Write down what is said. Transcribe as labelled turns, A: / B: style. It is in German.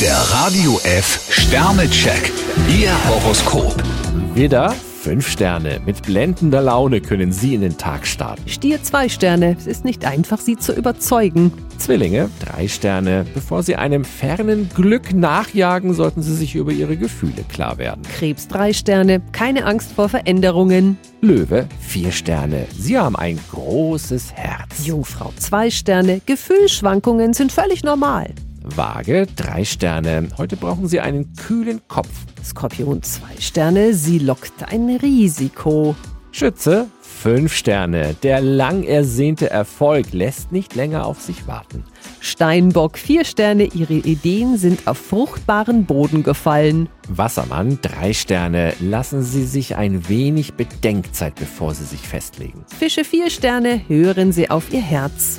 A: Der Radio F Sternecheck. Ihr Horoskop.
B: Widder, fünf Sterne. Mit blendender Laune können Sie in den Tag starten.
C: Stier zwei Sterne. Es ist nicht einfach, sie zu überzeugen.
B: Zwillinge, drei Sterne. Bevor Sie einem fernen Glück nachjagen, sollten Sie sich über Ihre Gefühle klar werden.
C: Krebs drei Sterne. Keine Angst vor Veränderungen.
B: Löwe, vier Sterne. Sie haben ein großes Herz.
C: Jungfrau zwei Sterne. Gefühlsschwankungen sind völlig normal.
B: Waage, drei Sterne. Heute brauchen Sie einen kühlen Kopf.
C: Skorpion zwei Sterne. Sie lockt ein Risiko.
B: Schütze, fünf Sterne. Der lang ersehnte Erfolg lässt nicht länger auf sich warten.
C: Steinbock vier Sterne. Ihre Ideen sind auf fruchtbaren Boden gefallen.
B: Wassermann, drei Sterne. Lassen Sie sich ein wenig Bedenkzeit, bevor Sie sich festlegen.
C: Fische vier Sterne. Hören Sie auf Ihr Herz.